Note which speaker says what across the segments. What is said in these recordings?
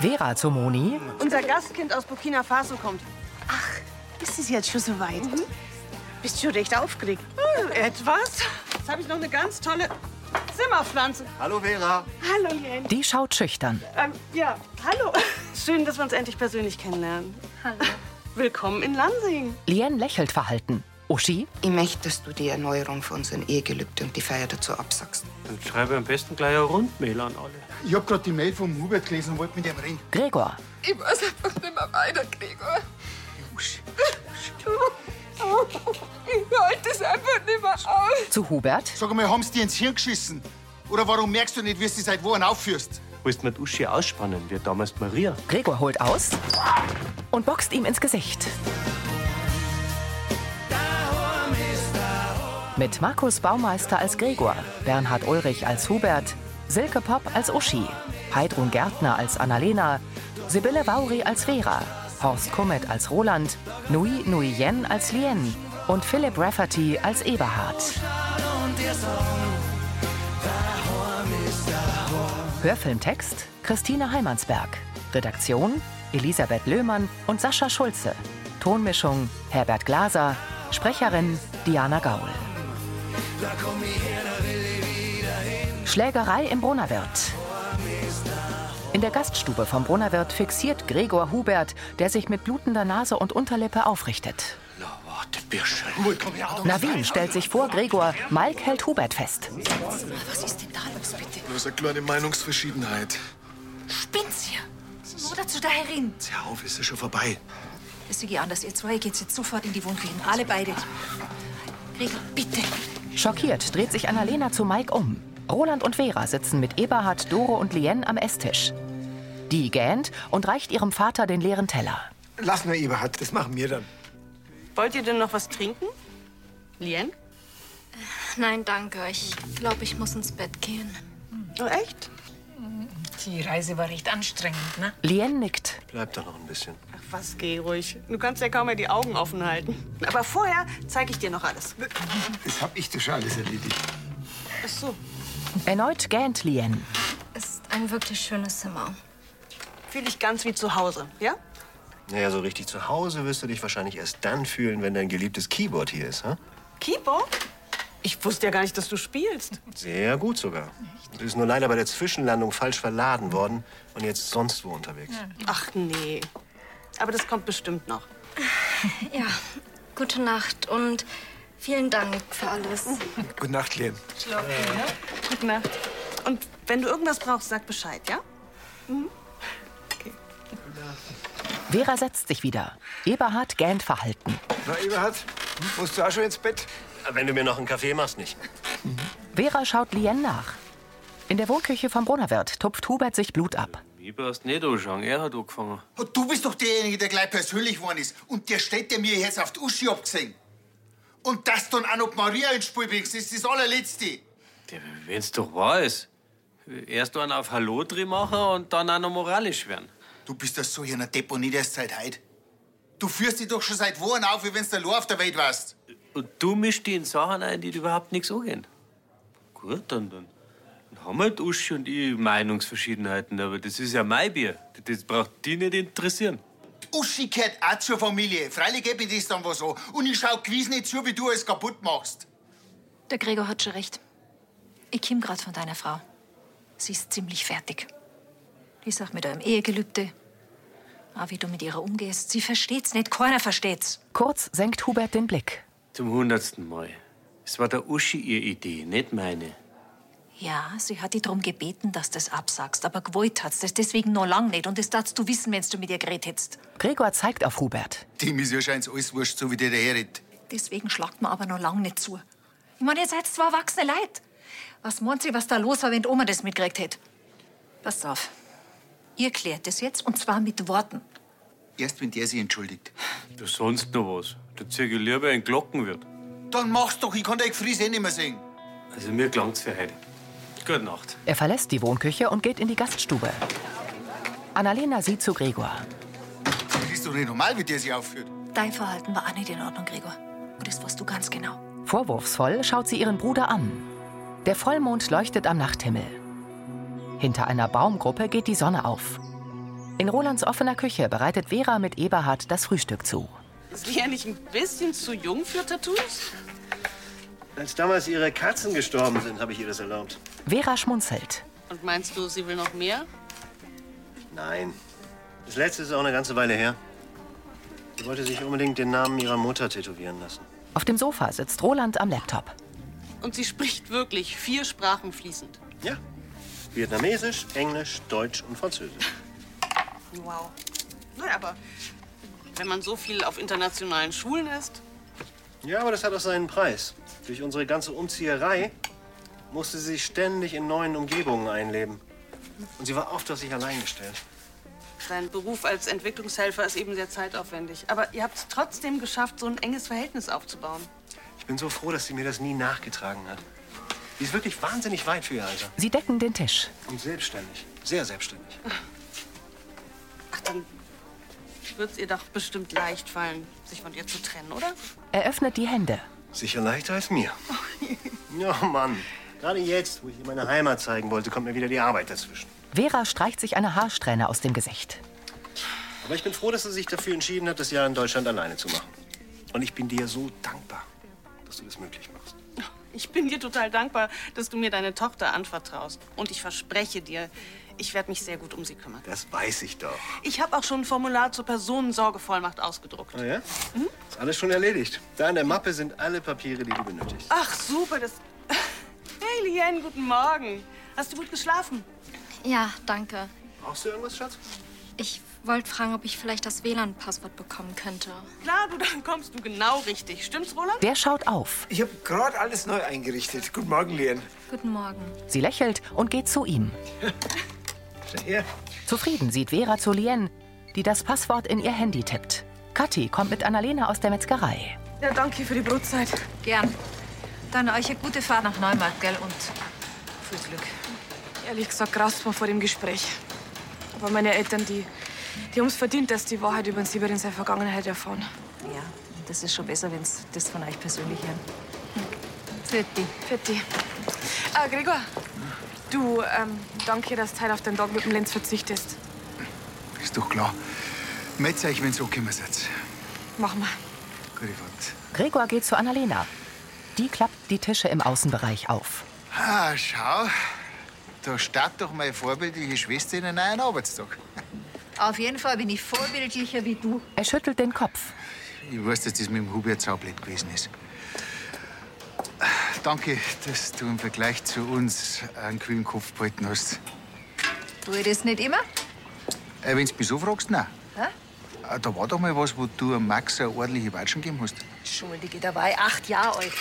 Speaker 1: Vera Zomoni,
Speaker 2: Unser Gastkind aus Burkina Faso kommt.
Speaker 3: Ist es jetzt schon soweit? Bist schon recht aufgeregt.
Speaker 2: Hm, etwas. Jetzt habe ich noch eine ganz tolle Zimmerpflanze.
Speaker 4: Hallo Vera.
Speaker 2: Hallo, Jen.
Speaker 1: die schaut schüchtern.
Speaker 2: Ähm, ja, hallo. Schön, dass wir uns endlich persönlich kennenlernen.
Speaker 5: Hallo.
Speaker 2: Willkommen in Lansing.
Speaker 1: Lien lächelt verhalten. Uschi,
Speaker 6: Ich möchte, dass du die Erneuerung von unserem Ehegelübde und die Feier dazu absagst.
Speaker 7: Dann schreibe am besten gleich eine Rundmail an alle.
Speaker 4: Ich hab grad die Mail vom Hubert gelesen und wollte mit ihm reden.
Speaker 1: Gregor,
Speaker 5: Ich weiß einfach nicht mehr weiter, Gregor. Ich halte es einfach nicht mehr aus.
Speaker 1: zu Hubert,
Speaker 4: Sag mal, haben's dir ins Hirn geschissen? Oder warum merkst du nicht, wie du dich seit Wochen aufführst?
Speaker 7: Willst du mit Uschi ausspannen, wie damals die Maria?
Speaker 1: Gregor holt aus und boxt ihm ins Gesicht. Mit Markus Baumeister als Gregor, Bernhard Ulrich als Hubert, Silke Popp als Uschi, Heidrun Gärtner als Annalena, Sibylle Vauri als Vera, Horst Kummet als Roland, Nui Nuyen als Lien und Philipp Rafferty als Eberhard. Hörfilmtext Christine Heimansberg. Redaktion Elisabeth Löhmann und Sascha Schulze. Tonmischung Herbert Glaser. Sprecherin Diana Gaul. Schlägerei im Brunnerwirt. In der Gaststube vom Brunnerwirt fixiert Gregor Hubert, der sich mit blutender Nase und Unterlippe aufrichtet.
Speaker 7: Na, warte, Birschel.
Speaker 1: Navin stellt sich vor Gregor, Mike hält Hubert fest.
Speaker 8: Was ist denn da los, bitte?
Speaker 9: Bloß eine kleine Meinungsverschiedenheit.
Speaker 8: Spinnt's hier? Oder zu daherin?
Speaker 9: Tja, auf, ist ja schon vorbei.
Speaker 8: Das sehe ich anders. Ihr zwei geht jetzt sofort in die Wohnküche. Alle beide. Gregor, bitte.
Speaker 1: Schockiert dreht sich Annalena zu Mike um. Roland und Vera sitzen mit Eberhard, Doro und Lien am Esstisch. Die gähnt und reicht ihrem Vater den leeren Teller.
Speaker 9: Lass nur Eberhard, das machen wir dann.
Speaker 2: Wollt ihr denn noch was trinken? Lien?
Speaker 5: Nein, danke. Ich glaube, ich muss ins Bett gehen.
Speaker 2: Oh, echt?
Speaker 10: Die Reise war recht anstrengend, ne?
Speaker 1: Lien nickt.
Speaker 7: Bleib da noch ein bisschen.
Speaker 2: Ach was, geh ruhig. Du kannst ja kaum mehr die Augen offen halten. Aber vorher zeige ich dir noch alles.
Speaker 9: Das hab ich doch schon alles erledigt.
Speaker 2: Ach so.
Speaker 1: Erneut gähnt Lien.
Speaker 5: Ist ein wirklich schönes Zimmer.
Speaker 2: Fühle ich ganz wie zu Hause, ja?
Speaker 7: Naja, so richtig zu Hause wirst du dich wahrscheinlich erst dann fühlen, wenn dein geliebtes Keyboard hier ist, ha?
Speaker 2: Kipo? Ich wusste ja gar nicht, dass du spielst.
Speaker 7: Sehr gut sogar. Du bist nur leider bei der Zwischenlandung falsch verladen worden und jetzt sonst wo unterwegs.
Speaker 2: Ach nee. Aber das kommt bestimmt noch.
Speaker 5: Ja, gute Nacht und vielen Dank für alles.
Speaker 9: Gute Nacht, Lien.
Speaker 2: Gute Nacht. Und wenn du irgendwas brauchst, sag Bescheid, ja?
Speaker 1: Vera setzt sich wieder. Eberhard gähnt verhalten.
Speaker 9: Na, Eberhard, musst du auch schon ins Bett?
Speaker 7: Wenn du mir noch einen Kaffee machst, nicht.
Speaker 1: Vera schaut Lien nach. In der Wohnküche vom Brunnerwirt tupft Hubert sich Blut ab.
Speaker 7: Ich brauchst nicht anschauen, er hat angefangen.
Speaker 4: Und du bist doch derjenige, der gleich persönlich geworden ist. Und der steht der mir jetzt auf die Uschi abgesehen. Und das dann auch noch Maria ins Spiel bringst, ist das allerletzte.
Speaker 7: Wenn's doch wahr ist. Erst einen auf Hallo drin machen und dann auch noch moralisch werden.
Speaker 4: Du bist das so hier einer Depp und nicht erst seit heute. Du führst dich doch schon seit Wochen auf, wie wenn's der Lohr auf der Welt warst.
Speaker 7: Und du mischst die in Sachen ein, die dir überhaupt nichts angehen. Gut, dann, dann, dann haben halt Uschi und ich Meinungsverschiedenheiten, aber das ist ja mein Bier. Das- Das braucht die nicht interessieren.
Speaker 4: Uschi gehört auch zur Familie. Freilich gebe ich das dann was an. Und ich schau gewiss nicht zu, wie du es kaputt machst.
Speaker 8: Der Gregor hat schon recht. Ich komm grad von deiner Frau. Sie ist ziemlich fertig. Ich sag mit eurem Ehegelübde. Ah, wie du mit ihrer umgehst. Sie versteht's nicht. Keiner versteht's.
Speaker 1: Kurz senkt Hubert den Blick.
Speaker 7: Zum hundertsten Mal. Es war der Uschi ihr Idee, nicht meine.
Speaker 8: Ja, sie hat dich darum gebeten, dass du das absagst. Aber gewollt hat's das deswegen noch lang nicht. Und das darfst du wissen, wenn's du mit ihr geredet hättest.
Speaker 1: Gregor zeigt auf Hubert.
Speaker 4: Dem ist ja scheinbar alles wurscht, so wie der herredet.
Speaker 8: Deswegen schlagt man aber noch lang nicht zu. Ich meine, ihr seid zwei erwachsene Leute. Was meint ihr, was da los war, wenn die Oma das mitgekriegt hätte? Passt auf. Ihr klärt das jetzt und zwar mit Worten.
Speaker 4: Erst wenn der sich entschuldigt.
Speaker 7: Du sonst noch was. Da zieh ich lieber ein Glockenwirt.
Speaker 4: Dann mach's doch, ich kann deine Frise eh nicht mehr sehen.
Speaker 7: Also mir klang's für heute. Gute Nacht.
Speaker 1: Er verlässt die Wohnküche und geht in die Gaststube. Annalena sieht zu Gregor.
Speaker 4: Das ist doch nicht normal, wie der sich aufführt.
Speaker 8: Dein Verhalten war auch nicht in Ordnung, Gregor. Und das weißt du ganz genau.
Speaker 1: Vorwurfsvoll schaut sie ihren Bruder an. Der Vollmond leuchtet am Nachthimmel. Hinter einer Baumgruppe geht die Sonne auf. In Rolands offener Küche bereitet Vera mit Eberhard das Frühstück zu.
Speaker 2: Ist Lea nicht ein bisschen zu jung für Tattoos?
Speaker 7: Als damals ihre Katzen gestorben sind, habe ich ihr das erlaubt.
Speaker 1: Vera schmunzelt.
Speaker 2: Und meinst du, sie will noch mehr?
Speaker 7: Nein. Das letzte ist auch eine ganze Weile her. Sie wollte sich unbedingt den Namen ihrer Mutter tätowieren lassen.
Speaker 1: Auf dem Sofa sitzt Roland am Laptop.
Speaker 2: Und sie spricht wirklich vier Sprachen fließend.
Speaker 7: Ja. Vietnamesisch, Englisch, Deutsch und Französisch.
Speaker 2: Wow. Naja, aber wenn man so viel auf internationalen Schulen ist,
Speaker 7: Ja, aber das hat auch seinen Preis. Durch unsere ganze Umzieherei musste sie sich ständig in neuen Umgebungen einleben. Und sie war oft auf sich allein gestellt.
Speaker 2: Sein Beruf als Entwicklungshelfer ist eben sehr zeitaufwendig. Aber ihr habt es trotzdem geschafft, so ein enges Verhältnis aufzubauen.
Speaker 7: Ich bin so froh, dass sie mir das nie nachgetragen hat. Sie ist wirklich wahnsinnig weit für ihr Alter.
Speaker 1: Sie decken den Tisch.
Speaker 7: Und selbstständig. Sehr selbstständig.
Speaker 2: Ach, dann wird es ihr doch bestimmt leicht fallen, sich von ihr zu trennen, oder?
Speaker 1: Er öffnet die Hände.
Speaker 7: Sicher leichter als mir. Oh Mann. Gerade jetzt, wo ich ihr meine Heimat zeigen wollte, kommt mir wieder die Arbeit dazwischen.
Speaker 1: Vera streicht sich eine Haarsträhne aus dem Gesicht.
Speaker 7: Aber ich bin froh, dass sie sich dafür entschieden hat, das Jahr in Deutschland alleine zu machen. Und ich bin dir so dankbar, dass du das möglich machst.
Speaker 2: Ich bin dir total dankbar, dass du mir deine Tochter anvertraust. Und ich verspreche dir, ich werde mich sehr gut um sie kümmern.
Speaker 7: Das weiß ich doch.
Speaker 2: Ich habe auch schon ein Formular zur Personensorgevollmacht ausgedruckt.
Speaker 7: Ah ja? Ist alles schon erledigt. Da in der Mappe sind alle Papiere, die du benötigst.
Speaker 2: Ach, super, das... Hey, Liane, guten Morgen. Hast du gut geschlafen?
Speaker 5: Ja, danke.
Speaker 7: Brauchst du irgendwas, Schatz?
Speaker 5: Ich wollte fragen, ob ich vielleicht das WLAN-Passwort bekommen könnte.
Speaker 2: Klar, du, dann kommst du genau richtig. Stimmt's, Roland?
Speaker 1: Der schaut auf.
Speaker 11: Ich habe gerade alles neu eingerichtet. Guten Morgen, Leon.
Speaker 5: Guten Morgen.
Speaker 1: Sie lächelt und geht zu ihm.
Speaker 11: Ja.
Speaker 1: Zufrieden sieht Vera zu Lien, die das Passwort in ihr Handy tippt. Kathi kommt mit Annalena aus der Metzgerei.
Speaker 8: Ja, danke für die Brotzeit. Gern. Dann euch eine gute Fahrt nach Neumarkt, gell? Und viel Glück.
Speaker 12: Ehrlich gesagt, graust mir vor dem Gespräch. Aber meine Eltern, die, die haben es verdient, dass die Wahrheit über den Sieber in seiner Vergangenheit erfahren.
Speaker 8: Ja, das ist schon besser, wenn das von euch persönlich hören. Fetti.
Speaker 12: Fetti. Ah, Gregor, du, ähm, danke, dass du heute auf den Tag mit dem Lenz verzichtest.
Speaker 4: Ist doch klar. Metz euch, wenn's angekommen seid.
Speaker 12: Mach mal.
Speaker 4: Gute Fahrt.
Speaker 1: Gregor geht zu Annalena. Die klappt die Tische im Außenbereich auf.
Speaker 4: Ah, schau. Da startet doch meine vorbildliche Schwester in einen neuen Arbeitstag.
Speaker 8: Auf jeden Fall bin ich vorbildlicher wie du.
Speaker 1: Er schüttelt den Kopf.
Speaker 4: Ich weiß, dass das mit dem Hubert saublöd gewesen ist. Danke, dass du im Vergleich zu uns einen kühlen Kopf behalten hast.
Speaker 8: Tue ich das nicht immer?
Speaker 4: Äh, Wenn du mich so fragst, nein.
Speaker 8: Hä?
Speaker 4: Äh, Da war doch mal was, wo du am Max eine ordentliche Watschen gegeben hast.
Speaker 8: Entschuldige, da war ich acht Jahre alt.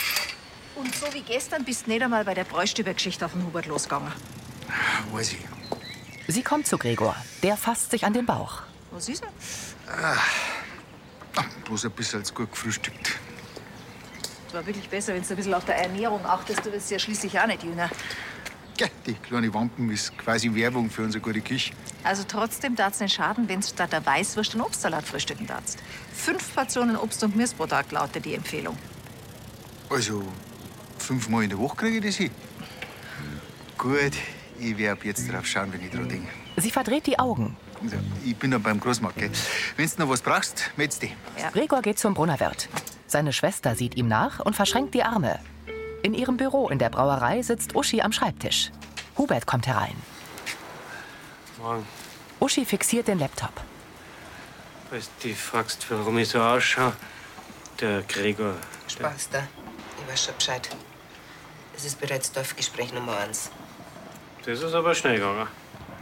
Speaker 8: Und so wie gestern bist du nicht einmal bei der Bräustübergeschichte auf den Hubert losgegangen.
Speaker 4: Weiß ich.
Speaker 1: Sie kommt zu Gregor. Der fasst sich an den Bauch.
Speaker 8: Was ist denn?
Speaker 4: Ah, bloß ein bisschen als gut gefrühstückt.
Speaker 8: Es war wirklich besser, wenn du ein bisschen auf der Ernährung achtest. Du bist ja schließlich auch nicht jünger.
Speaker 4: Gell, die kleine Wampen ist quasi Werbung für unsere gute Küche.
Speaker 8: Also trotzdem darf es nicht schaden, wenn du statt der Weißwurst einen Obstsalat frühstücken darfst. Fünf Portionen Obst und Gemüse pro Tag lautet die Empfehlung.
Speaker 4: Also, fünfmal in der Woche kriege ich das hin. Gut, ich werde ab jetzt drauf schauen, wenn ich dran denke.
Speaker 1: Sie verdreht die Augen.
Speaker 4: Also, ich bin noch beim Großmarkt, gell? Wenn du noch was brauchst, meld's dich.
Speaker 1: Gregor geht zum Brunnerwirt. Seine Schwester sieht ihm nach und verschränkt die Arme. In ihrem Büro in der Brauerei sitzt Uschi am Schreibtisch. Hubert kommt herein.
Speaker 13: Morgen.
Speaker 1: Uschi fixiert den Laptop.
Speaker 13: Weißt du, fragst, warum ich so ausschaue? Der Gregor.
Speaker 14: Spaß da. Ich weiß schon Bescheid. Es ist bereits Dorfgespräch Nummer eins.
Speaker 13: Das ist aber schnell gegangen.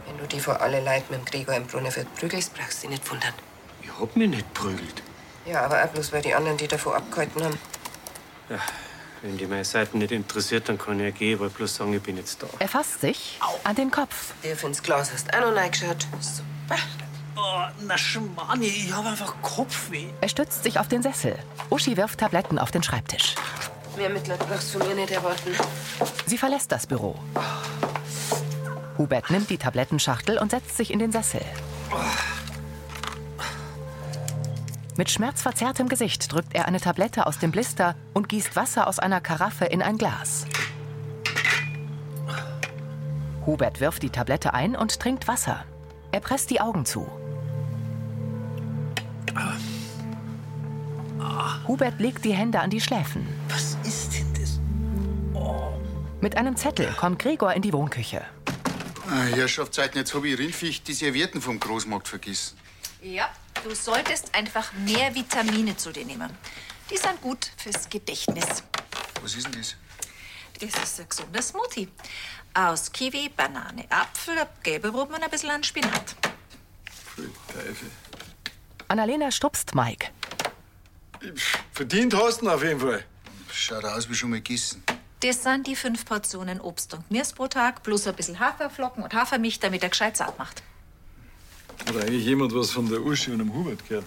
Speaker 14: Wenn du dich vor alle Leute mit dem Gregor im Brunnerwirt prügelst, brauchst du dich nicht wundern.
Speaker 13: Ich hab mich nicht prügelt.
Speaker 14: Ja, aber auch bloß, weil die anderen die davon abgehalten haben.
Speaker 13: Ja, wenn die meine Seiten nicht interessiert, dann kann ich ja gehen, aber bloß sagen, ich bin jetzt da.
Speaker 1: Er fasst sich an den Kopf.
Speaker 14: Dir ins Glas hast auch noch reingeschaut. Super.
Speaker 15: Oh, na Schmani, ich habe einfach Kopfweh.
Speaker 1: Er stützt sich auf den Sessel. Uschi wirft Tabletten auf den Schreibtisch.
Speaker 14: Mehr Mitleid brauchst du von mir nicht erwarten.
Speaker 1: Sie verlässt das Büro. Hubert nimmt die Tablettenschachtel und setzt sich in den Sessel. Mit schmerzverzerrtem Gesicht drückt er eine Tablette aus dem Blister und gießt Wasser aus einer Karaffe in ein Glas. Hubert wirft die Tablette ein und trinkt Wasser. Er presst die Augen zu. Hubert legt die Hände an die Schläfen. Was ist denn das? Mit einem Zettel kommt Gregor in die Wohnküche.
Speaker 4: Ah, Herrschaftszeiten, jetzt habe ich Rindviech die Servietten vom Großmarkt vergessen.
Speaker 8: Ja, du solltest einfach mehr Vitamine zu dir nehmen. Die sind gut fürs Gedächtnis.
Speaker 4: Was ist denn das?
Speaker 8: Das ist ein gesunder Smoothie. Aus Kiwi, Banane, Apfel, Gelberoben und ein bisschen an Spinat.
Speaker 9: Teufel.
Speaker 1: Annalena stupst Mike.
Speaker 9: Verdient hast du ihn auf jeden Fall.
Speaker 4: Schaut aus wie schon mal gegessen.
Speaker 8: Das sind die fünf Portionen Obst und Mirs pro Tag, plus ein bisschen Haferflocken und Hafermilch, damit er gescheit satt macht.
Speaker 9: Hat eigentlich jemand was von der Uschi und dem Hubert gehört?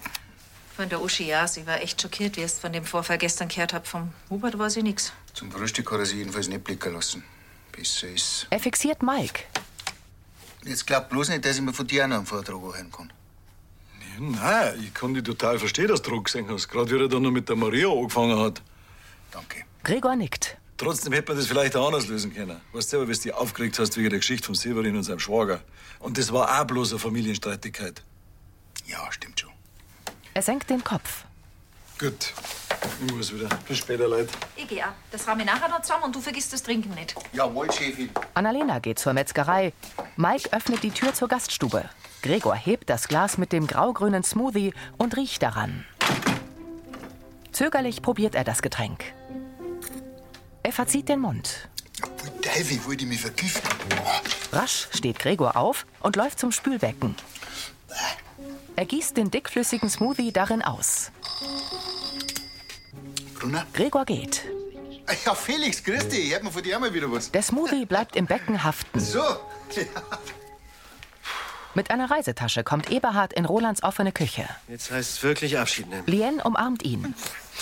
Speaker 8: Von der Uschi, ja, sie war echt schockiert, wie ich es von dem Vorfall gestern gehört habe. Vom Hubert weiß ich nichts.
Speaker 4: Zum Frühstück hat er sich jedenfalls nicht blicken lassen. Besser ist.
Speaker 1: Er fixiert Mike.
Speaker 4: Jetzt glaubt bloß nicht, dass ich mir von dir auch noch einen Vortrag anhören kann.
Speaker 9: Nein, ich kann dich total verstehen, dass du Druck gesehen hast. Gerade wie er dann noch mit der Maria angefangen hat.
Speaker 1: Gregor nickt.
Speaker 9: Trotzdem hätte man das vielleicht auch anders lösen können. Weißt du selber, wie du dich aufgeregt hast wegen der Geschichte von Severin und seinem Schwager. Und das war auch bloß eine Familienstreitigkeit. Ja, stimmt schon.
Speaker 1: Er senkt den Kopf.
Speaker 9: Gut. Ich muss wieder. Bis später, Leute.
Speaker 8: Ich geh auch. Das haben wir nachher noch zusammen und du vergisst das Trinken nicht.
Speaker 4: Jawohl, Chefin.
Speaker 1: Annalena geht zur Metzgerei. Mike öffnet die Tür zur Gaststube. Gregor hebt das Glas mit dem graugrünen Smoothie und riecht daran. Zögerlich probiert er das Getränk. Er verzieht den Mund.
Speaker 4: Teufel, wollte ich mich vergiften.
Speaker 1: Rasch steht Gregor auf und läuft zum Spülbecken. Er gießt den dickflüssigen Smoothie darin aus.
Speaker 4: Brunner?
Speaker 1: Gregor geht.
Speaker 4: Ja, Felix, grüß dich. Ich hätte mir von dir auch mal wieder was.
Speaker 1: Der Smoothie bleibt im Becken haften.
Speaker 4: So.
Speaker 1: Mit einer Reisetasche kommt Eberhard in Rolands offene Küche.
Speaker 16: Jetzt heißt es wirklich Abschied nehmen.
Speaker 1: Lien umarmt ihn.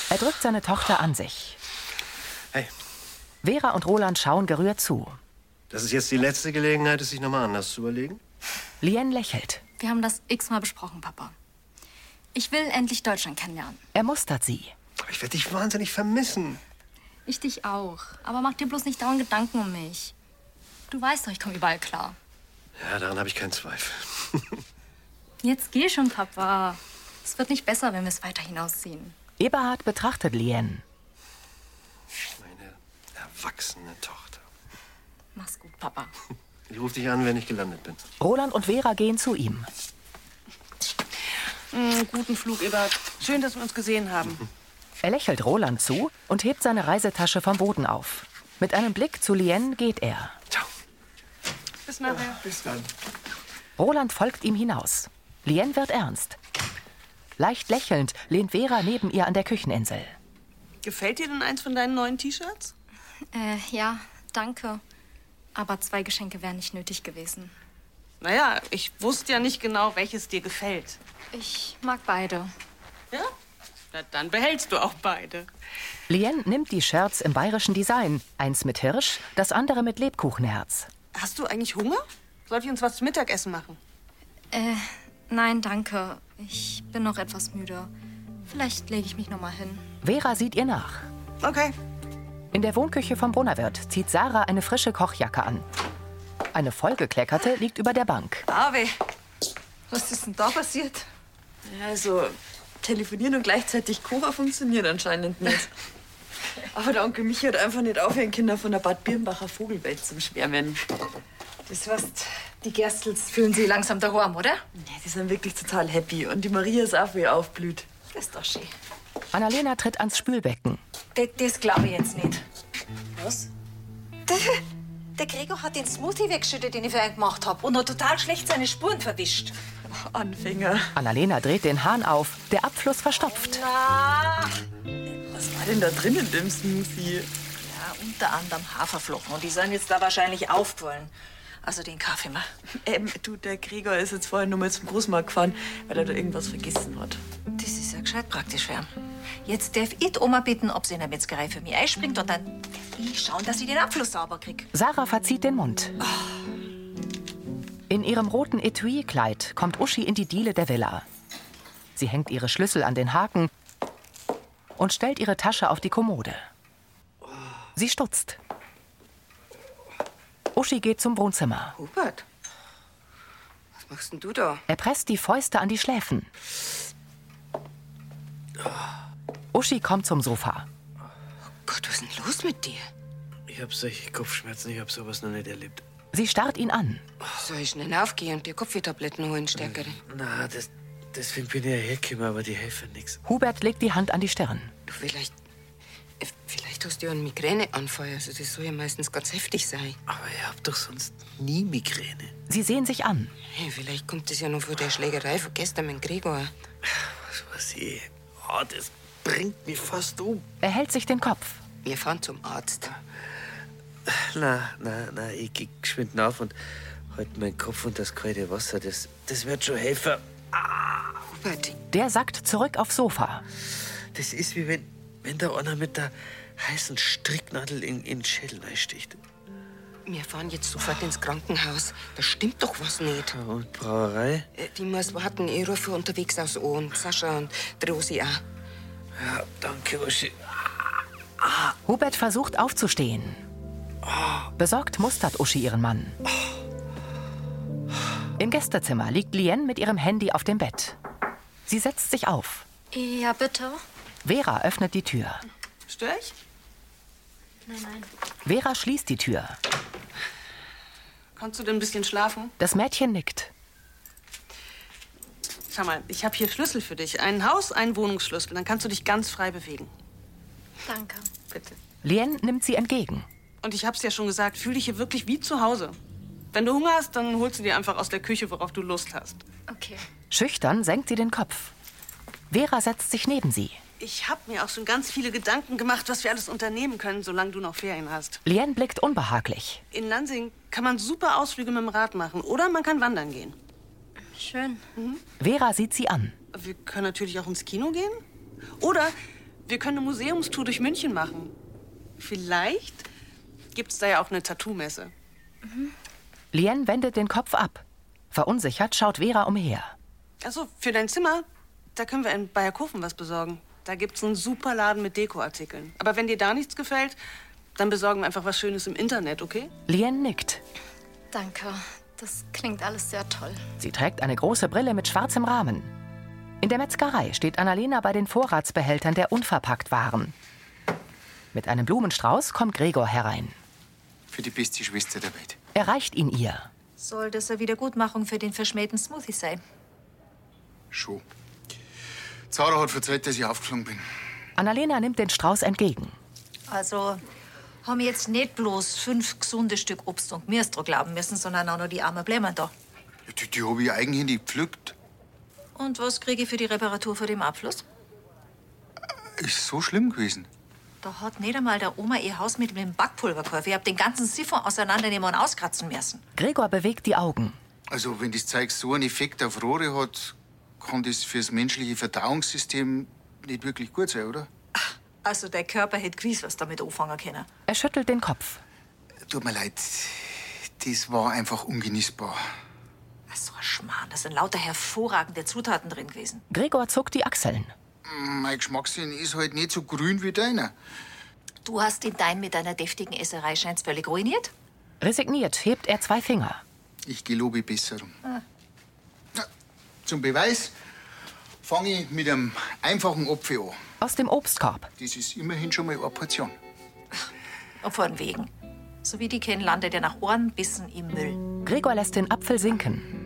Speaker 1: Er drückt seine Tochter an sich.
Speaker 16: Hey.
Speaker 1: Vera und Roland schauen gerührt zu.
Speaker 16: Das ist jetzt die letzte Gelegenheit, es sich nochmal anders zu überlegen.
Speaker 1: Lien lächelt.
Speaker 5: Wir haben das x-mal besprochen, Papa. Ich will endlich Deutschland kennenlernen.
Speaker 1: Er mustert sie.
Speaker 16: Aber ich werde dich wahnsinnig vermissen.
Speaker 5: Ich dich auch. Aber mach dir bloß nicht dauernd Gedanken um mich. Du weißt doch, ich komme überall klar.
Speaker 16: Ja, daran habe ich keinen Zweifel.
Speaker 5: Jetzt geh schon, Papa. Es wird nicht besser, wenn wir es weiter hinausziehen.
Speaker 1: Eberhard betrachtet Lien.
Speaker 16: Meine erwachsene Tochter.
Speaker 5: Mach's gut, Papa.
Speaker 16: Ich rufe dich an, wenn ich gelandet bin.
Speaker 1: Roland und Vera gehen zu ihm.
Speaker 2: Mm, guten Flug, Eberhard. Schön, dass wir uns gesehen haben.
Speaker 1: Er lächelt Roland zu und hebt seine Reisetasche vom Boden auf. Mit einem Blick zu Lien geht er.
Speaker 2: Bis nachher.
Speaker 9: Bis dann.
Speaker 1: Roland folgt ihm hinaus. Lien wird ernst. Leicht lächelnd lehnt Vera neben ihr an der Kücheninsel.
Speaker 2: Gefällt dir denn eins von deinen neuen T-Shirts?
Speaker 5: Äh, ja, danke. Aber zwei Geschenke wären nicht nötig gewesen.
Speaker 2: Naja, ich wusste ja nicht genau, welches dir gefällt.
Speaker 5: Ich mag beide.
Speaker 2: Ja? Na, dann behältst du auch beide.
Speaker 1: Lien nimmt die Shirts im bayerischen Design, eins mit Hirsch, das andere mit Lebkuchenherz.
Speaker 2: Hast du eigentlich Hunger? Sollte ich uns was zum Mittagessen machen?
Speaker 5: Äh, nein, danke. Ich bin noch etwas müde. Vielleicht lege ich mich noch mal hin.
Speaker 1: Vera sieht ihr nach.
Speaker 2: Okay.
Speaker 1: In der Wohnküche vom Brunnerwirt zieht Sarah eine frische Kochjacke an. Eine vollgekleckerte liegt über der Bank.
Speaker 12: Barbe, was ist denn da passiert? Also, telefonieren und gleichzeitig kochen funktioniert anscheinend nicht. Aber der Onkel Michi hat einfach nicht aufhören Kinder von der Bad Birnbacher Vogelwelt zum Schwärmen.
Speaker 10: Das heißt, die Gerstels fühlen sich langsam daheim, oder?
Speaker 12: Ja, Die sind wirklich total happy und die Maria ist auch, wie ihr aufblüht.
Speaker 10: Das ist doch schön.
Speaker 1: Annalena tritt ans Spülbecken.
Speaker 10: Das, das glaube ich jetzt nicht.
Speaker 1: Was?
Speaker 8: Der Gregor hat den Smoothie weggeschüttet, den ich für ihn gemacht habe. Und hat total schlecht seine Spuren verwischt.
Speaker 12: Anfänger.
Speaker 1: Annalena dreht den Hahn auf, der Abfluss verstopft.
Speaker 8: Na.
Speaker 12: Was war denn da drin in dem Smoothie?
Speaker 8: Ja, unter anderem Haferflocken. Und die sind jetzt da wahrscheinlich aufgefallen. Also den Kaffee mal.
Speaker 12: Ähm, du, der Gregor ist jetzt vorhin nur mal zum Großmarkt gefahren, weil er da irgendwas vergessen hat.
Speaker 8: Das ist ja gescheit praktisch, ja. Jetzt darf ich die Oma bitten, ob sie in der Metzgerei für mich einspringt und dann darf ich schauen, dass ich den Abfluss sauber krieg.
Speaker 1: Sarah verzieht den Mund. In ihrem roten Etui-Kleid kommt Uschi in die Diele der Villa. Sie hängt ihre Schlüssel an den Haken und stellt ihre Tasche auf die Kommode. Sie stutzt. Uschi geht zum Wohnzimmer.
Speaker 14: Hubert, was machst denn du da?
Speaker 1: Er presst die Fäuste an die Schläfen. Uschi kommt zum Sofa.
Speaker 14: Gott, was ist denn los mit dir?
Speaker 7: Ich hab solche Kopfschmerzen, ich hab sowas noch nicht erlebt.
Speaker 1: Sie starrt ihn an.
Speaker 14: Soll ich schnell aufgehen und dir Kopfwehtabletten holen, stärkere?
Speaker 7: Na, das, deswegen bin ich ja hergekommen, aber die helfen nichts.
Speaker 1: Hubert legt die Hand an die Stirn.
Speaker 14: Du, vielleicht. äh, Vielleicht hast du ja einen Migräneanfall. Also, das soll ja meistens ganz heftig sein.
Speaker 7: Aber ich hab doch sonst nie Migräne.
Speaker 1: Sie sehen sich an.
Speaker 14: Hey, vielleicht kommt das ja noch von der Schlägerei von gestern mit Gregor.
Speaker 7: Was weiß ich. Oh, das bringt mich fast um.
Speaker 1: Er hält sich den Kopf.
Speaker 14: Wir fahren zum Arzt.
Speaker 7: Na, na, na, ich geh geschwind auf und halt meinen Kopf und das kalte Wasser. Das, das wird schon helfen.
Speaker 1: Der sackt zurück aufs Sofa.
Speaker 7: Das ist wie wenn, wenn da einer mit der heißen Stricknadel in, in den Schädel einsticht.
Speaker 14: Wir fahren jetzt sofort ins Krankenhaus. Da stimmt doch was nicht.
Speaker 7: Und Brauerei?
Speaker 14: Äh, Die muss warten. Ich rufe unterwegs aus O und Sascha und die Rosi auch.
Speaker 7: Ja, danke, Uschi.
Speaker 1: Ah. Hubert versucht aufzustehen.
Speaker 7: Ah.
Speaker 1: Besorgt mustert Uschi ihren Mann. Im Gästezimmer liegt Lien mit ihrem Handy auf dem Bett. Sie setzt sich auf.
Speaker 5: Ja, bitte.
Speaker 1: Vera öffnet die Tür.
Speaker 2: Stör ich?
Speaker 5: Nein, nein.
Speaker 1: Vera schließt die Tür.
Speaker 2: Konntest du denn ein bisschen schlafen?
Speaker 1: Das Mädchen nickt.
Speaker 2: Schau mal, ich habe hier Schlüssel für dich. Einen Haus, einen Wohnungsschlüssel. Dann kannst du dich ganz frei bewegen.
Speaker 5: Danke.
Speaker 2: Bitte.
Speaker 1: Lien nimmt sie entgegen.
Speaker 2: Und ich hab's ja schon gesagt, fühl dich hier wirklich wie zu Hause. Wenn du Hunger hast, dann holst du dir einfach aus der Küche, worauf du Lust hast.
Speaker 5: Okay.
Speaker 1: Schüchtern senkt sie den Kopf. Vera setzt sich neben sie.
Speaker 2: Ich hab mir auch schon ganz viele Gedanken gemacht, was wir alles unternehmen können, solange du noch Ferien hast.
Speaker 1: Lien blickt unbehaglich.
Speaker 2: In Lansing kann man super Ausflüge mit dem Rad machen oder man kann wandern gehen.
Speaker 5: Schön.
Speaker 2: Mhm.
Speaker 1: Vera sieht sie an.
Speaker 2: Wir können natürlich auch ins Kino gehen. Oder wir können eine Museumstour durch München machen. Vielleicht gibt's da ja auch eine Tattoo-Messe.
Speaker 1: Lien wendet den Kopf ab. Verunsichert schaut Vera umher.
Speaker 2: Achso, Also für dein Zimmer, da können wir in Bayerkofen was besorgen. Da gibt's einen super Laden mit Dekoartikeln. Aber wenn dir da nichts gefällt, dann besorgen wir einfach was Schönes im Internet, okay?
Speaker 1: Lien nickt.
Speaker 5: Danke. Das klingt alles sehr toll.
Speaker 1: Sie trägt eine große Brille mit schwarzem Rahmen. In der Metzgerei steht Annalena bei den Vorratsbehältern der unverpackt waren. Mit einem Blumenstrauß kommt Gregor herein.
Speaker 17: Für die beste Schwester der Welt.
Speaker 1: Er reicht ihn ihr.
Speaker 8: Soll das eine Wiedergutmachung für den verschmähten Smoothie sein?
Speaker 17: Schon. Zara hat verzeiht, dass ich aufgeflogen bin.
Speaker 1: Annalena nimmt den Strauß entgegen.
Speaker 8: Also haben wir jetzt nicht bloß fünf gesunde Stück Obst und Gemüse dran glauben müssen, sondern auch noch die armen Blämmern da.
Speaker 17: Die, die habe ich eigenhändig gepflückt.
Speaker 8: Und was kriege ich für die Reparatur vor dem Abfluss?
Speaker 17: Ist so schlimm gewesen.
Speaker 8: Da hat nicht einmal der Oma ihr Haus mit dem Backpulver geholfen. Ich hab den ganzen Siphon auseinandernehmen und auskratzen müssen.
Speaker 1: Gregor bewegt die Augen.
Speaker 17: Also, wenn das Zeug so einen Effekt auf Rohre hat, kann das fürs menschliche Verdauungssystem nicht wirklich gut sein, oder?
Speaker 8: Also der Körper hätte gewiss was damit anfangen können.
Speaker 1: Er schüttelt den Kopf.
Speaker 17: Tut mir leid. Das war einfach ungenießbar.
Speaker 8: Was so ein Schmarrn. Da sind lauter hervorragende Zutaten drin gewesen.
Speaker 1: Gregor zuckt die Achseln.
Speaker 17: Mein Geschmackssinn ist halt nicht so grün wie deiner.
Speaker 8: Du hast ihn dein mit deiner deftigen Esserei scheint's völlig ruiniert.
Speaker 1: Resigniert hebt er zwei Finger.
Speaker 17: Ich gelobe Besserung. Na, Zum Beweis fange ich mit einem einfachen Apfel an.
Speaker 1: Aus dem Obstkorb.
Speaker 17: Das ist immerhin schon mal eine Portion.
Speaker 8: Und von wegen. So wie die kennen, landet er nach Ohrenbissen im Müll.
Speaker 1: Gregor lässt den Apfel sinken.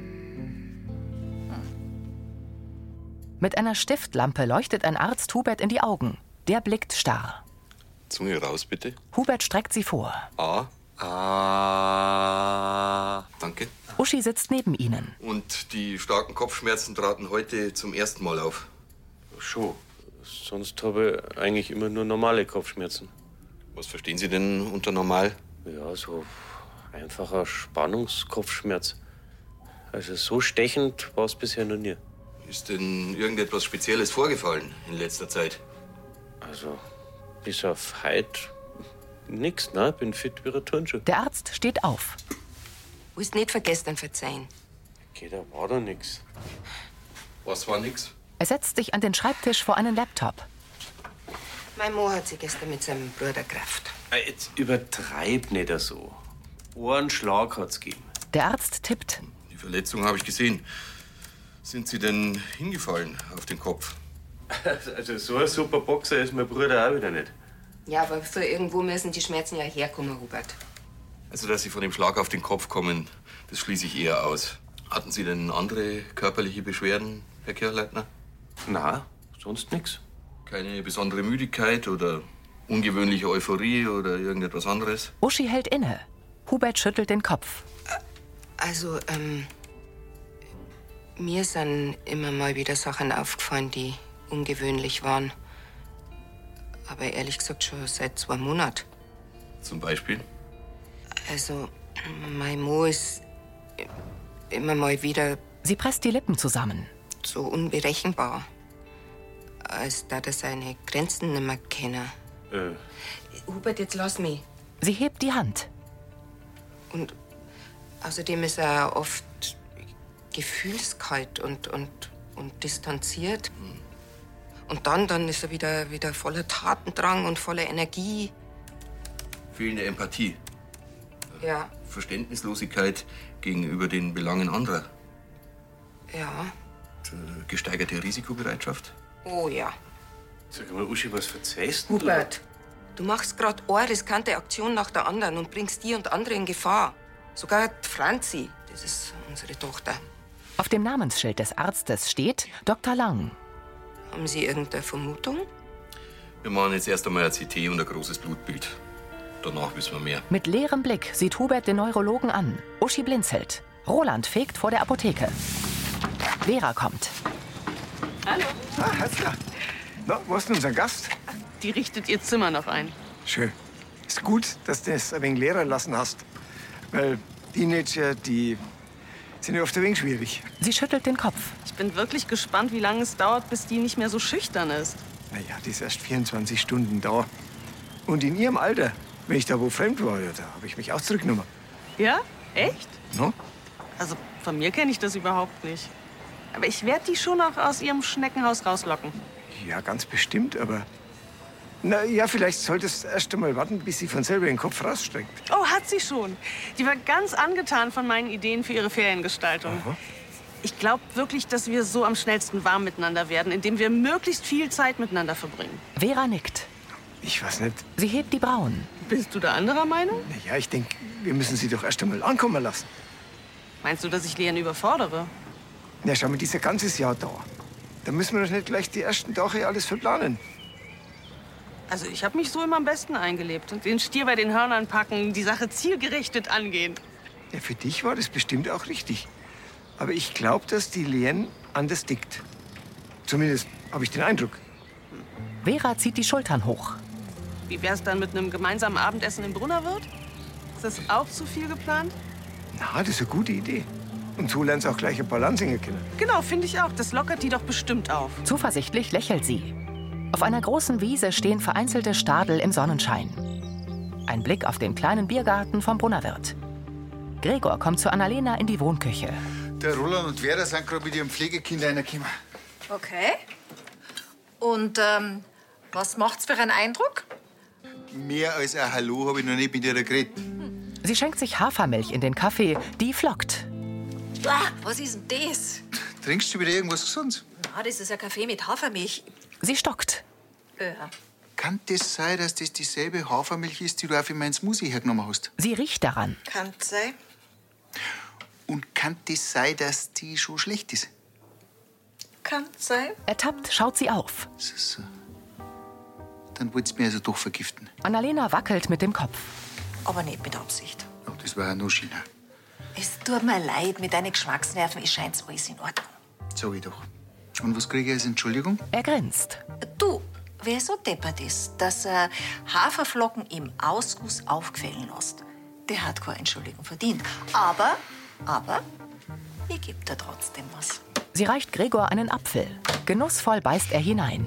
Speaker 1: Mit einer Stiftlampe leuchtet ein Arzt Hubert in die Augen. Der blickt starr.
Speaker 18: Zunge raus, bitte.
Speaker 1: Hubert streckt sie vor.
Speaker 18: A. Ah. Danke.
Speaker 1: Uschi sitzt neben ihnen.
Speaker 18: Und die starken Kopfschmerzen traten heute zum ersten Mal auf.
Speaker 7: Schon. Sonst habe ich eigentlich immer nur normale Kopfschmerzen.
Speaker 18: Was verstehen Sie denn unter normal?
Speaker 7: Ja, so einfacher Spannungskopfschmerz. Also so stechend war es bisher noch nie.
Speaker 18: Ist denn irgendetwas Spezielles vorgefallen in letzter Zeit?
Speaker 7: Also, bis auf heute nix, ne? Bin fit wie ein Turnschuh.
Speaker 1: Der Arzt steht auf.
Speaker 14: Willst nicht vergessen, verzeihen.
Speaker 7: Okay, da war doch nix.
Speaker 18: Was war nix?
Speaker 1: Er setzt sich an den Schreibtisch vor einen Laptop.
Speaker 14: Mein Mo hat sie gestern mit seinem Bruder gerafft.
Speaker 7: Äh, Jetzt übertreib nicht so. Einen Schlag hat's gegeben.
Speaker 1: Der Arzt tippt.
Speaker 18: Die Verletzung habe ich gesehen. Sind Sie denn hingefallen auf den Kopf?
Speaker 7: Also so ein super Boxer ist mein Bruder auch wieder nicht.
Speaker 14: Ja, aber für irgendwo müssen die Schmerzen ja herkommen, Robert.
Speaker 18: Also, dass Sie von dem Schlag auf den Kopf kommen, das schließe ich eher aus. Hatten Sie denn andere körperliche Beschwerden, Herr Kirchleitner?
Speaker 7: Na, sonst nichts.
Speaker 18: Keine besondere Müdigkeit oder ungewöhnliche Euphorie oder irgendetwas anderes?
Speaker 1: Uschi hält inne. Hubert schüttelt den Kopf.
Speaker 14: Also, ähm, mir sind immer mal wieder Sachen aufgefallen, die ungewöhnlich waren. Aber ehrlich gesagt schon seit zwei Monaten.
Speaker 18: Zum Beispiel?
Speaker 14: Also, mein Mo ist immer mal wieder
Speaker 1: Sie presst die Lippen zusammen.
Speaker 14: so unberechenbar, als da er seine Grenzen nicht mehr kennen.
Speaker 7: Äh,
Speaker 14: Hubert, jetzt lass mich.
Speaker 1: Sie hebt die Hand.
Speaker 14: Und außerdem ist er oft gefühlskalt und, und, und distanziert. Und dann, dann ist er wieder, wieder voller Tatendrang und voller Energie.
Speaker 18: Fehlende Empathie,
Speaker 14: Ja,
Speaker 18: Verständnislosigkeit gegenüber den Belangen anderer,
Speaker 14: ja.
Speaker 18: äh, gesteigerte Risikobereitschaft?
Speaker 14: Oh ja.
Speaker 7: Sag mal, Uschi, was verzeihst du?
Speaker 14: Hubert, du machst gerade eine riskante Aktion nach der anderen und bringst die und andere in Gefahr. Sogar die Franzi, das ist unsere Tochter.
Speaker 1: Auf dem Namensschild des Arztes steht Dr. Lang.
Speaker 14: Haben Sie irgendeine Vermutung?
Speaker 18: Wir machen jetzt erst einmal ein CT und ein großes Blutbild. Danach wissen wir mehr.
Speaker 1: Mit leerem Blick sieht Hubert den Neurologen an. Uschi blinzelt. Roland fegt vor der Apotheke. Vera kommt.
Speaker 2: Hallo.
Speaker 19: Ah, Herzler. Na, wo ist denn unser Gast?
Speaker 2: Die richtet ihr Zimmer noch ein.
Speaker 19: Schön. Ist gut, dass du es ein wenig leerer lassen hast. Weil Teenager, die sind ja oft ein wenig schwierig.
Speaker 1: Sie schüttelt den Kopf.
Speaker 2: Ich bin wirklich gespannt, wie lange es dauert, bis die nicht mehr so schüchtern ist.
Speaker 19: Naja, die ist erst 24 Stunden da. Und in ihrem Alter, wenn ich da wo fremd war, ja, da habe ich mich auch zurückgenommen.
Speaker 2: Ja? Echt?
Speaker 19: No?
Speaker 2: Also von mir kenne ich das überhaupt nicht. Aber ich werde die schon auch aus ihrem Schneckenhaus rauslocken.
Speaker 19: Ja, ganz bestimmt, aber. Na ja, vielleicht solltest du erst einmal warten, bis sie von selber den Kopf rausstreckt.
Speaker 2: Oh, hat sie schon. Die war ganz angetan von meinen Ideen für ihre Feriengestaltung. Ich glaube wirklich, dass wir so am schnellsten warm miteinander werden, indem wir möglichst viel Zeit miteinander verbringen.
Speaker 1: Vera nickt.
Speaker 19: Ich weiß nicht.
Speaker 1: Sie hebt die Brauen.
Speaker 2: Bist du da anderer Meinung?
Speaker 19: Ja, ich denke, wir müssen sie doch erst einmal ankommen lassen.
Speaker 2: Meinst du, dass ich Leon überfordere?
Speaker 19: Na, schau mal, die ist ein ganzes Jahr da. Da müssen wir doch nicht gleich die ersten Tage alles verplanen.
Speaker 2: Also ich habe mich so immer am besten eingelebt und den Stier bei den Hörnern packen, die Sache zielgerichtet angehen.
Speaker 19: Ja, für dich war das bestimmt auch richtig. Aber ich glaube, dass die Lien anders tickt. Zumindest habe ich den Eindruck.
Speaker 1: Vera zieht die Schultern hoch.
Speaker 2: Wie wär's dann mit einem gemeinsamen Abendessen im Brunnerwirt? Ist das auch zu viel geplant?
Speaker 19: Na, das ist eine gute Idee. Und so lernst du auch gleich ein paar Lansinger kennen.
Speaker 2: Genau, finde ich auch. Das lockert die doch bestimmt auf.
Speaker 1: Zuversichtlich lächelt sie. Auf einer großen Wiese stehen vereinzelte Stadel im Sonnenschein. Ein Blick auf den kleinen Biergarten vom Brunnerwirt. Gregor kommt zu Annalena in die Wohnküche.
Speaker 17: Der Roland und Vera sind gerade mit ihrem Pflegekind reingekommen.
Speaker 8: Okay. Und ähm, was macht's für einen Eindruck?
Speaker 17: Mehr als ein Hallo habe ich noch nicht mit ihrer geredet.
Speaker 1: Sie schenkt sich Hafermilch in den Kaffee, die flockt.
Speaker 8: Bah, Ah, was ist denn das?
Speaker 17: Trinkst du wieder irgendwas Gesundes?
Speaker 8: Na, das ist ein Kaffee mit Hafermilch.
Speaker 1: Sie stockt.
Speaker 8: Äh,
Speaker 17: Kann das sein, dass das dieselbe Hafermilch ist, die du auch für meinen Smoothie hergenommen hast?
Speaker 1: Sie riecht daran.
Speaker 17: Kann sein. Und kann das sein, dass die schon schlecht ist?
Speaker 1: Kann sein. Ertappt schaut sie auf.
Speaker 17: Dann wollt's mir also doch vergiften.
Speaker 1: Annalena wackelt mit dem Kopf.
Speaker 8: aber nicht mit Absicht.
Speaker 17: Oh, das war ja nur China.
Speaker 8: Es tut mir leid, mit deinen Geschmacksnerven ist scheint's alles in Ordnung.
Speaker 17: Sag ich doch. Und was kriege ich als Entschuldigung?
Speaker 1: Er grinst.
Speaker 8: Du, wer so deppert ist, dass er Haferflocken im Ausguss aufquellen lässt, der hat keine Entschuldigung verdient. Aber, aber, ihr gebt da trotzdem was.
Speaker 1: Sie reicht Gregor einen Apfel. Genussvoll beißt er hinein.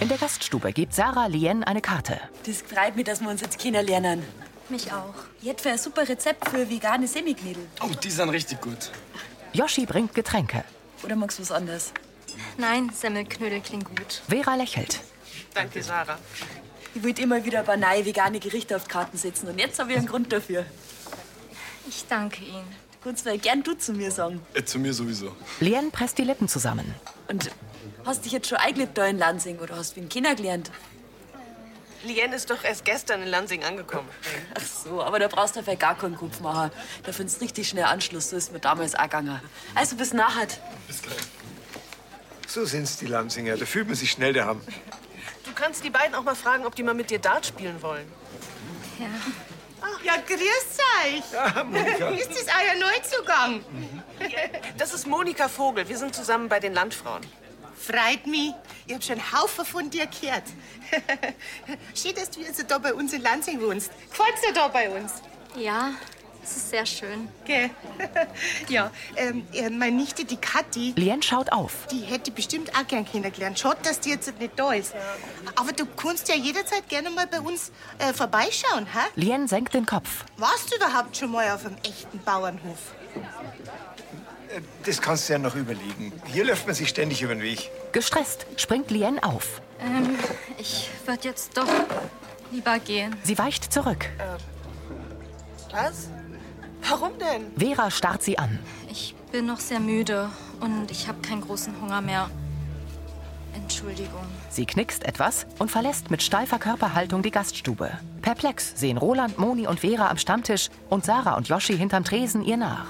Speaker 1: In der Gaststube gibt Sarah Lien eine Karte.
Speaker 20: Das freut mich, dass wir uns jetzt kennenlernen.
Speaker 21: Mich auch. Jetzt für ein super Rezept für vegane Semiknödel.
Speaker 22: Oh, die sind richtig gut.
Speaker 1: Yoshi bringt Getränke.
Speaker 20: Oder magst du was anderes?
Speaker 5: Nein, Semmelknödel klingt gut.
Speaker 1: Vera lächelt.
Speaker 2: Danke, Sarah.
Speaker 20: Ich wollte immer wieder ein paar neue vegane Gerichte auf die Karten setzen und jetzt habe ich einen Grund dafür.
Speaker 5: Ich danke Ihnen.
Speaker 12: Kannst du ja gern du zu mir sagen.
Speaker 18: Äh, zu mir sowieso.
Speaker 1: Lien presst die Lippen zusammen.
Speaker 12: Und hast dich jetzt schon eingelebt da in Lansing oder hast wen kennengelernt?
Speaker 23: Lien ist doch erst gestern in Lansing angekommen.
Speaker 12: Ach so, aber da brauchst du vielleicht gar keinen Kopf machen. Da findest du richtig schnell Anschluss. So ist mir damals auch gegangen. Also bis nachher.
Speaker 19: So sind's die Lansinger. Da fühlt man sich schnell daheim.
Speaker 23: Du kannst die beiden auch mal fragen, ob die mal mit dir Dart spielen wollen.
Speaker 5: Ja.
Speaker 2: Ja, grüß euch.
Speaker 19: Ja, Monika.
Speaker 2: Ist das euer Neuzugang?
Speaker 23: Das ist Monika Vogel. Wir sind zusammen bei den Landfrauen.
Speaker 2: Freut mich. Ich hab schon einen Haufen von dir gehört. Schön, dass du jetzt da bei uns in Lansing wohnst. Gefällt's dir da bei uns?
Speaker 5: Ja, es ist sehr schön.
Speaker 2: Gell? ja, ähm, äh, meine Nichte, die Kathi,
Speaker 1: Lien schaut auf.
Speaker 2: die hätte ich bestimmt auch gern kennengelernt. Schade, dass die jetzt nicht da ist. Aber du kannst ja jederzeit gerne mal bei uns äh, vorbeischauen, hä?
Speaker 1: Lien senkt den Kopf.
Speaker 2: Warst du überhaupt schon mal auf einem echten Bauernhof?
Speaker 19: Das kannst du ja noch überlegen. Hier läuft man sich ständig über den Weg.
Speaker 1: Gestresst springt Lien auf.
Speaker 5: Ähm, ich würde jetzt doch lieber gehen.
Speaker 1: Sie weicht zurück.
Speaker 23: Was? Warum denn?
Speaker 1: Vera starrt sie an.
Speaker 5: Ich bin noch sehr müde und ich habe keinen großen Hunger mehr. Entschuldigung.
Speaker 1: Sie knickst etwas und verlässt mit steifer Körperhaltung die Gaststube. Perplex sehen Roland, Moni und Vera am Stammtisch und Sarah und Joschi hinterm Tresen ihr nach.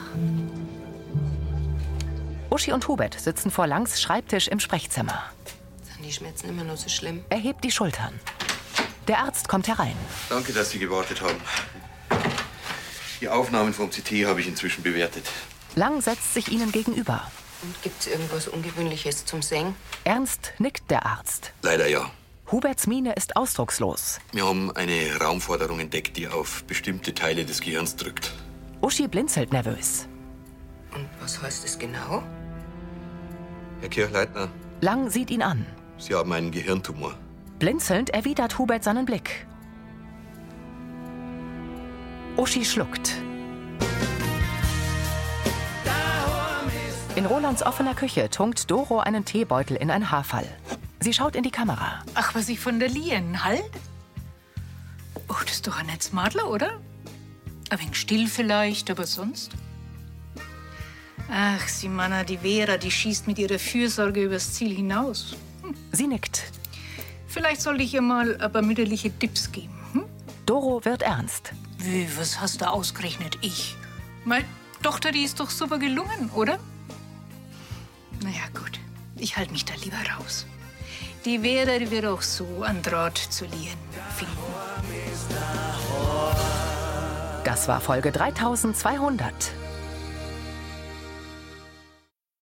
Speaker 1: Uschi und Hubert sitzen vor Langs Schreibtisch im Sprechzimmer.
Speaker 14: Sind die Schmerzen immer nur so schlimm?
Speaker 1: Er hebt die Schultern. Der Arzt kommt herein.
Speaker 18: Danke, dass Sie gewartet haben. Die Aufnahmen vom CT habe ich inzwischen bewertet.
Speaker 1: Lang setzt sich ihnen gegenüber.
Speaker 14: Und gibt's irgendwas Ungewöhnliches zum Singen?
Speaker 1: Ernst nickt der Arzt.
Speaker 18: Leider ja.
Speaker 1: Huberts Miene ist ausdruckslos.
Speaker 18: Wir haben eine Raumforderung entdeckt, die auf bestimmte Teile des Gehirns drückt.
Speaker 1: Uschi blinzelt nervös.
Speaker 14: Was heißt es genau?
Speaker 18: Herr Kirchleitner,
Speaker 1: Lang sieht ihn an.
Speaker 18: Sie haben einen Gehirntumor.
Speaker 1: Blinzelnd erwidert Hubert seinen Blick. Uschi schluckt. In Rolands offener Küche tunkt Doro einen Teebeutel in ein Haarfall. Sie schaut in die Kamera.
Speaker 24: Ach, was ich von der Lien halt? Oh, das ist doch ein Netzmadler, oder? Ein wenig still vielleicht, aber sonst? Ach, sie Manna, die Vera, die schießt mit ihrer Fürsorge übers Ziel hinaus. Hm.
Speaker 1: Sie nickt.
Speaker 24: Vielleicht sollte ich ihr mal ein paar mütterliche Tipps geben.
Speaker 1: Doro wird ernst.
Speaker 24: Wie, was hast du ausgerechnet? Ich? Meine Tochter, die ist doch super gelungen, oder? Naja, gut. Ich halte mich da lieber raus. Die Vera, die wird auch so an Draht zu lieren finden.
Speaker 1: Das war Folge 3200.